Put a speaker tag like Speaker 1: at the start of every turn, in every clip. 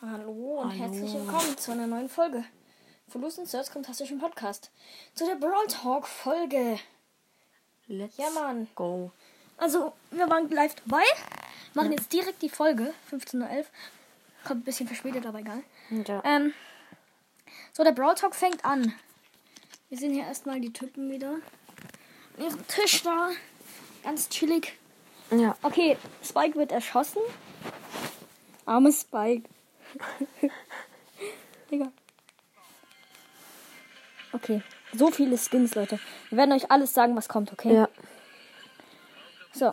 Speaker 1: Hallo und herzlich willkommen zu einer neuen Folge von Loose Search Fantastischen Podcast. Zu der Brawl Talk Folge.
Speaker 2: Let's
Speaker 1: Ja, Mann.
Speaker 2: go.
Speaker 1: Also, wir waren live dabei, machen jetzt direkt die Folge, 15.11 Uhr. Kommt ein bisschen verspätet, aber egal.
Speaker 2: Ja.
Speaker 1: Ähm, so, der Brawl Talk fängt an. Wir sehen hier erstmal die Typen wieder. An ihrem Tisch da. Ganz chillig.
Speaker 2: ja.
Speaker 1: Okay, Spike wird erschossen. Arme Spike. Digga. Okay, so viele Skins, Leute. Wir werden euch alles sagen, was kommt, okay?
Speaker 2: Ja.
Speaker 1: So.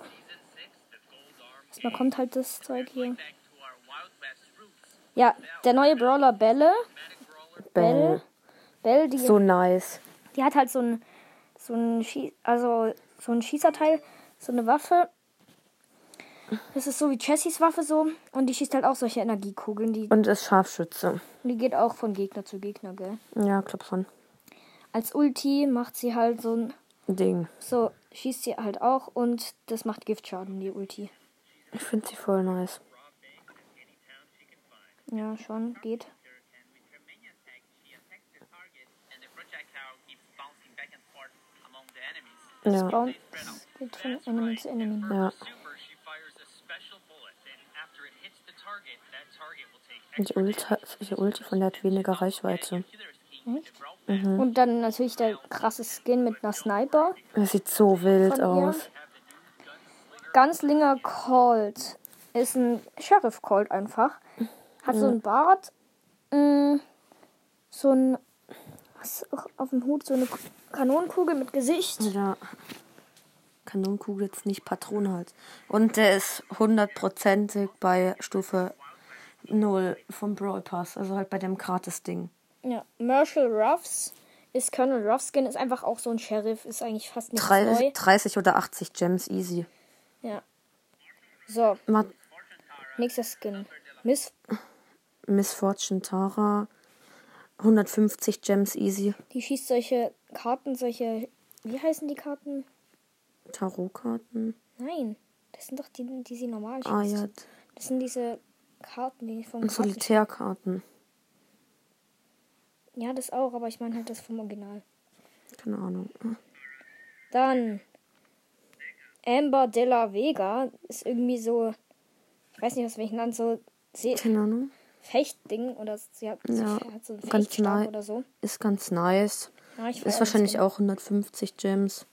Speaker 1: Erstmal kommt halt das Zeug hier. Ja, der neue Brawler Belle. Belle.
Speaker 2: Bell.
Speaker 1: Belle, die,
Speaker 2: So nice.
Speaker 1: die hat halt so ein, so ein, Schie also so ein Schießerteil, so eine Waffe. Das ist so wie Jessys Waffe so. Und die schießt halt auch solche Energiekugeln. Die,
Speaker 2: Und ist Scharfschütze.
Speaker 1: die geht auch von Gegner zu Gegner, gell?
Speaker 2: Ja, glaub schon.
Speaker 1: Als Ulti macht sie halt so ein.
Speaker 2: Ding.
Speaker 1: So, schießt sie halt auch und das macht Giftschaden, die Ulti.
Speaker 2: Ich finde sie voll nice.
Speaker 1: Ja, schon, geht.
Speaker 3: Her minion tag, she attacks the target, and the projectile keeps bouncing back and forth among the enemies.
Speaker 2: Ja.
Speaker 1: Spawn. Es geht von Enemy zu Enemy.
Speaker 2: Ja.
Speaker 3: Super, she fires a special bullet, and after it hits the target, that target will take
Speaker 2: Die Ulti, die Ulti von der hat weniger Reichweite.
Speaker 3: killer's key to brawl
Speaker 1: Und dann natürlich der krasse Skin mit einer Sniper.
Speaker 2: Das sieht so wild
Speaker 1: Von ihr?
Speaker 2: aus.
Speaker 1: Ganzlinger Colt ist ein Sheriff Colt einfach. Hat so einen Bart, mh, so ein was auch auf dem Hut so eine K- Kanonenkugel mit Gesicht.
Speaker 2: Ja. Kanonenkugel jetzt nicht Patronenhals. Und der ist hundertprozentig bei Stufe 0 vom Brawl Pass. Also halt bei dem Gratis-Ding.
Speaker 1: Mhm. Ja, Marshall Ruffs ist Colonel Ruffskin ist einfach auch so ein Sheriff, ist eigentlich fast nicht neu.
Speaker 2: 30, 30 oder 80 Gems easy.
Speaker 1: Ja. So,
Speaker 2: Ma-
Speaker 1: nächster Skin. Miss
Speaker 2: Miss Fortune Tara. 150 Gems easy.
Speaker 1: die schießt solche Karten, solche wie heißen die Karten?
Speaker 2: Tarotkarten.
Speaker 1: Nein, das sind doch die, die sie normal schießt.
Speaker 2: Ah ja,
Speaker 1: Das sind diese Karten, die vom
Speaker 2: und
Speaker 1: Karten
Speaker 2: Solitärkarten.
Speaker 1: Ja, das auch, aber ich meine halt das vom Original.
Speaker 2: Keine Ahnung.
Speaker 1: Dann Amber de la Vega ist irgendwie so, ich weiß nicht aus welchem Land, so Se-
Speaker 2: Keine Ahnung.
Speaker 1: Fechtding oder sie hat,
Speaker 2: Ja,
Speaker 1: sie hat so einen
Speaker 2: ganz
Speaker 1: Fechtstab
Speaker 2: nah.
Speaker 1: oder so.
Speaker 2: Ist ganz nice.
Speaker 1: Ja, ich
Speaker 2: Ist wahrscheinlich auch 150 Gems.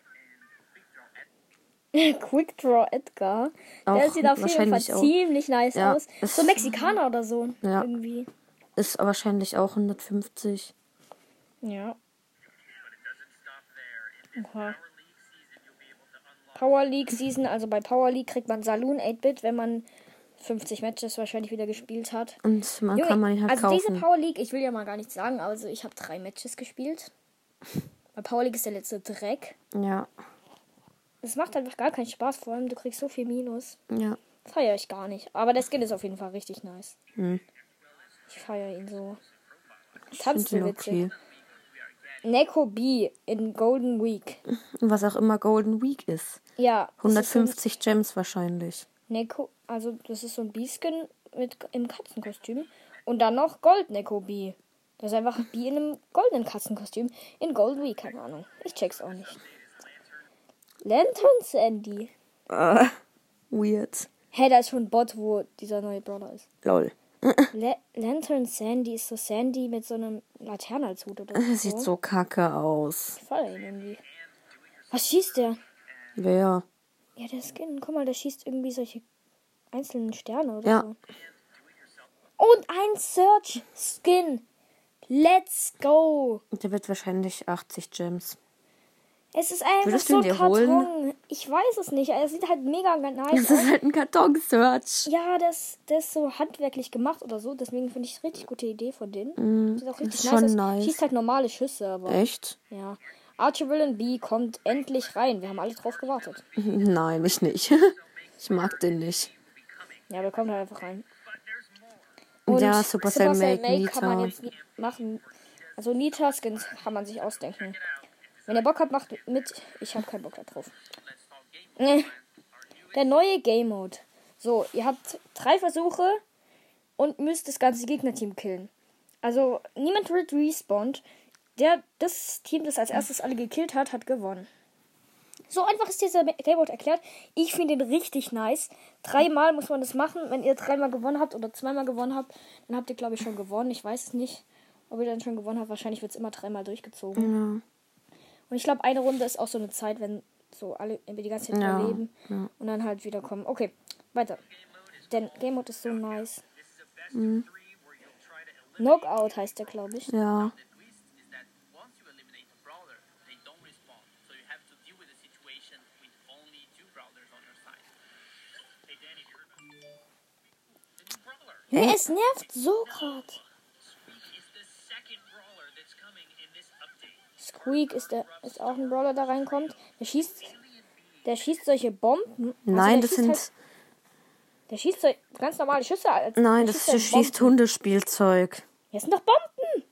Speaker 1: Quick Draw Edgar. Der
Speaker 2: Auch
Speaker 1: sieht auf jeden Fall
Speaker 2: wahrscheinlich auch.
Speaker 1: ziemlich nice
Speaker 2: Ja,
Speaker 1: aus.
Speaker 2: ist-
Speaker 1: So Mexikaner oder so.
Speaker 2: Ja.
Speaker 1: Irgendwie.
Speaker 2: Ist wahrscheinlich auch 150.
Speaker 1: Ja.
Speaker 3: But it doesn't stop there. In this
Speaker 1: Oha.
Speaker 3: Power League
Speaker 1: Power
Speaker 3: season, you'll be able to unlock
Speaker 1: League Season, also bei Power League kriegt man Saloon 8-Bit, wenn man 50 Matches wahrscheinlich wieder gespielt hat.
Speaker 2: Und man
Speaker 1: Junge,
Speaker 2: kann man ihn halt
Speaker 1: also diese
Speaker 2: kaufen.
Speaker 1: Power League, ich will ja mal gar nichts sagen, also ich habe drei Matches gespielt. Weil Power League ist der letzte Dreck.
Speaker 2: Ja,
Speaker 1: Es macht einfach gar keinen Spaß, vor allem du kriegst so viel Minus.
Speaker 2: ja.
Speaker 1: Feier ich gar nicht. Aber der Skin ist auf jeden Fall richtig nice.
Speaker 2: Hm.
Speaker 1: Ich feiere ihn so. Tanzt
Speaker 2: Sind
Speaker 1: du
Speaker 2: die
Speaker 1: witzig.
Speaker 2: okay.
Speaker 1: Neko B in Golden Week.
Speaker 2: Was auch immer Golden Week ist.
Speaker 1: Ja. das ist so ein
Speaker 2: 150 Gems wahrscheinlich.
Speaker 1: Neko, also das ist so ein B-Skin mit im Katzenkostüm. Und dann noch Gold Neko B. Das ist einfach ein B in einem goldenen Katzenkostüm. In Gold Week, keine Ahnung. Ich check's auch nicht. Lantern Sandy.
Speaker 2: Äh, weird.
Speaker 1: Hä, da ist schon ein Bot, wo dieser neue Brawler ist.
Speaker 2: Lol.
Speaker 1: La Lantern Sandy ist so Sandy mit so einem Laterne als Hut oder so.
Speaker 2: Sieht so kacke aus.
Speaker 1: Ich feier ihn irgendwie. Was schießt der?
Speaker 2: Wer?
Speaker 1: Ja, der Skin. Guck mal, der schießt irgendwie solche einzelnen Sterne oder
Speaker 2: Ja.
Speaker 1: so. Und ein Search Skin. Let's go.
Speaker 2: Der wird wahrscheinlich 80 Gems.
Speaker 1: Es ist einfach
Speaker 2: Würdest
Speaker 1: so
Speaker 2: du
Speaker 1: ein
Speaker 2: ihn dir
Speaker 1: Karton.
Speaker 2: holen?
Speaker 1: Ich weiß es nicht. Er sieht halt mega nice
Speaker 2: Das ist
Speaker 1: aus.
Speaker 2: halt ein Karton-Search.
Speaker 1: Ja, das, das ist so handwerklich gemacht oder so. Deswegen finde ich es richtig gute Idee von denen. Sieht auch richtig
Speaker 2: Mm, ist schon
Speaker 1: aus.
Speaker 2: nice.
Speaker 1: Schießt halt normale Schüsse, aber.
Speaker 2: Echt?
Speaker 1: Ja. Archibald and B kommt endlich rein. Wir haben alle drauf gewartet.
Speaker 2: Nein, mich nicht. Ich mag den nicht.
Speaker 1: Ja, wir kommen halt einfach rein.
Speaker 2: ja, Supercell, Make, Nita.
Speaker 1: kann man jetzt ni- machen. Also Nita-Skins kann man sich ausdenken. Wenn ihr Bock habt, macht mit. Ich habe keinen Bock da drauf. Nee. Der neue Game Mode. So, ihr habt drei Versuche und müsst das ganze Gegnerteam killen. Also niemand wird respawned. Der, das Team, das als erstes alle gekillt hat, hat gewonnen. So einfach ist dieser Gameboard erklärt. Ich finde ihn richtig nice. Dreimal muss man das machen. Wenn ihr dreimal gewonnen habt oder zweimal gewonnen habt, dann habt ihr, glaube ich, schon gewonnen. Ich weiß es nicht, ob ihr dann schon gewonnen habt. Wahrscheinlich wird es immer dreimal durchgezogen.
Speaker 2: Ja.
Speaker 1: Und ich glaube, eine Runde ist auch so eine Zeit, wenn so alle die ganze Zeit
Speaker 2: Ja,
Speaker 1: überleben und dann halt wiederkommen. Okay, weiter. Denn Game Mode ist so nice.
Speaker 3: This is a best of three where you'll try to eliminate.
Speaker 1: Knockout heißt der, glaube ich.
Speaker 2: Ja.
Speaker 3: The twist is that once you eliminate a brawler, they don't respawn, so you have to deal with the situation with only two brawlers on your side. Hey Danny, do you remember? The new brawler.
Speaker 1: Hey, es nervt so grad.
Speaker 3: Squeak is the second brawler that's coming in this update.
Speaker 1: Squeak ist, der, ist auch ein Brawler, der reinkommt. Der schießt, der schießt solche Bomben. Also
Speaker 2: Nein,
Speaker 1: der
Speaker 2: das
Speaker 1: schießt
Speaker 2: sind.
Speaker 1: Halt, der schießt so ganz normale Schüsse. Als,
Speaker 2: Nein,
Speaker 1: der
Speaker 2: das schießt,
Speaker 1: Bomben.
Speaker 2: Hundespielzeug.
Speaker 1: Das sind doch Bomben.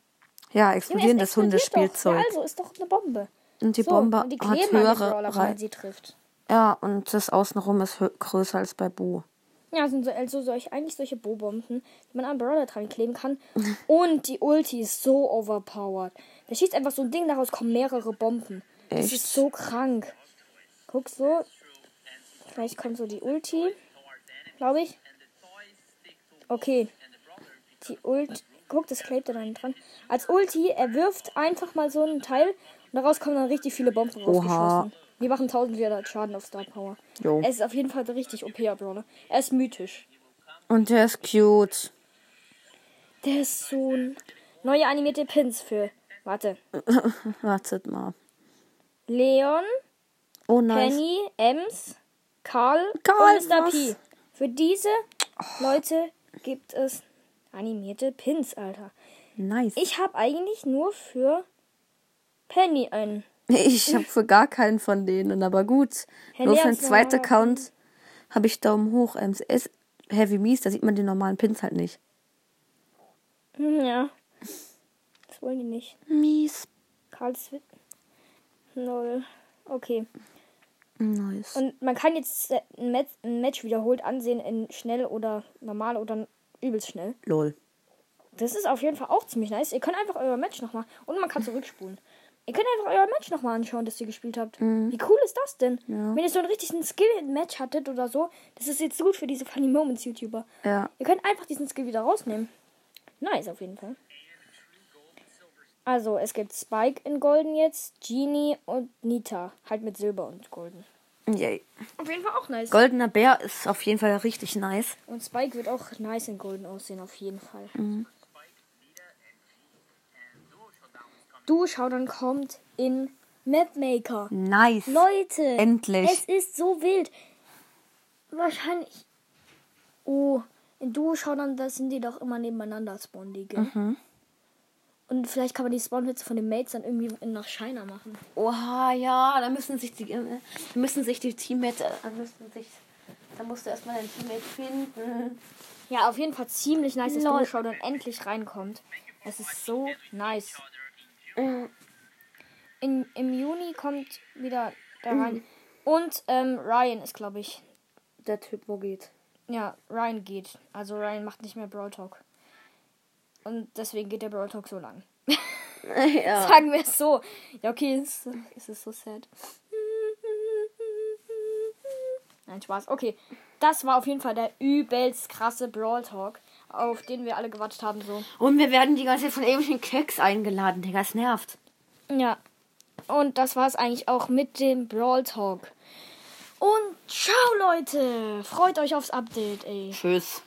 Speaker 2: Ja,
Speaker 1: Junge, es
Speaker 2: explodierendes
Speaker 1: explodiert doch. Ja,
Speaker 2: Hundespielzeug.
Speaker 1: also ist doch eine Bombe.
Speaker 2: Und die
Speaker 1: So,
Speaker 2: Bombe
Speaker 1: und die kleben
Speaker 2: hat
Speaker 1: an den
Speaker 2: höhere
Speaker 1: Brawler, wenn
Speaker 2: Reiz.
Speaker 1: sie trifft.
Speaker 2: Ja, und das Außenrum ist hö- größer als bei Bo.
Speaker 1: Ja, es sind so, also solch, eigentlich solche Bo-Bomben, die man an Brawler dran kleben kann. Und die Ulti ist so overpowered. Da schießt einfach so ein Ding, daraus kommen mehrere Bomben. Das
Speaker 2: Echt?
Speaker 1: ist so krank. Guck so. Vielleicht kommt so die Ulti. Glaube ich. Okay. Die Ulti. Guck, das klebt er dann dran. Als Ulti, er wirft einfach mal so einen Teil und daraus kommen dann richtig viele Bomben rausgeschossen. Die machen 1400 Schaden auf Star Power.
Speaker 2: Jo.
Speaker 1: Es ist auf jeden Fall ein richtig OP-Brawler. Er ist mythisch.
Speaker 2: Und der ist cute.
Speaker 1: Der ist so ein neue animierte Pins für. Warte.
Speaker 2: Wartet mal.
Speaker 1: Leon,
Speaker 2: Oh nein.
Speaker 1: Penny, Ems, Karl,
Speaker 2: Karl,
Speaker 1: und Mr. P.
Speaker 2: was?
Speaker 1: Für diese Leute gibt es animierte Pins, Alter.
Speaker 2: Nice. Ich,
Speaker 1: Ich habe eigentlich nur für Penny einen.
Speaker 2: ich habe für gar keinen von denen, aber gut.
Speaker 1: Handy
Speaker 2: Nur für den
Speaker 1: als
Speaker 2: zweiten
Speaker 1: normaler
Speaker 2: Account habe ich Daumen hoch. MCS Heavy Mies, da sieht man die normalen Pins halt nicht.
Speaker 1: Hm, Ja. Das wollen die nicht.
Speaker 2: Mies.
Speaker 1: Karl Swi- Null. Okay.
Speaker 2: Nice.
Speaker 1: Und man kann jetzt äh, ein Match, ein Match wiederholt ansehen in schnell oder normal oder übelst schnell.
Speaker 2: Lol.
Speaker 1: Das ist auf jeden Fall auch ziemlich nice. Ihr könnt einfach euer Match nochmal. Und man kann zurückspulen. Ihr könnt einfach euer Match nochmal anschauen, das ihr gespielt habt. Wie cool ist das denn? Wenn ihr so einen richtigen Skill-Match hattet oder so, das ist jetzt gut für diese Funny Moments-YouTuber.
Speaker 2: Ja.
Speaker 1: Ihr könnt einfach diesen Skill wieder rausnehmen. Nice auf jeden Fall. Also, es gibt Spike in Golden jetzt, Genie und Nita. Halt mit Silber und Golden.
Speaker 2: Yay.
Speaker 1: Auf jeden Fall auch nice.
Speaker 2: Goldener Bär ist auf jeden Fall richtig nice.
Speaker 1: und Spike wird auch nice in Golden aussehen, auf jeden Fall.
Speaker 3: Spike, Nita, and G. And
Speaker 1: Du,
Speaker 3: Duo Showdown is coming.
Speaker 1: schau, dann kommt in Mapmaker.
Speaker 2: Nice.
Speaker 1: Leute,
Speaker 2: Endlich.
Speaker 1: Es ist so wild. Wahrscheinlich. Oh, in Duo schauen, da sind die doch immer nebeneinander spawnen die, gell? Und vielleicht kann man die Spawnhütze von den Mates dann irgendwie nach Shiner machen.
Speaker 2: Oha, ja, da müssen sich die, äh, da müssen sich die Teammates, äh, da müssen sich, da musst du erstmal dein Teammate finden.
Speaker 1: Ja, auf jeden Fall ziemlich nice, dass
Speaker 2: Lol.
Speaker 1: Duo schauen endlich reinkommt. Es ist so nice. Äh. In, Im Juni kommt wieder da rein. Und ähm, Ryan ist, glaube ich,
Speaker 2: Der Typ, wo geht?
Speaker 1: Ja, Ryan geht. Also Ryan macht nicht mehr Brawl Talk. Und deswegen geht der Brawl Talk so lang.
Speaker 2: ja.
Speaker 1: Sagen wir es so. Ja, okay, es, es ist so sad. Nein, Spaß. Okay, das war auf jeden Fall der übelst krasse Brawl Talk, auf den wir alle gewartet haben. So.
Speaker 2: Und wir werden die ganze Zeit von irgendwelchen Keks eingeladen, Digga, es nervt.
Speaker 1: Ja. Und das war es eigentlich auch mit dem Brawl Talk. Und ciao, Leute. Freut euch aufs Update, ey.
Speaker 2: Tschüss.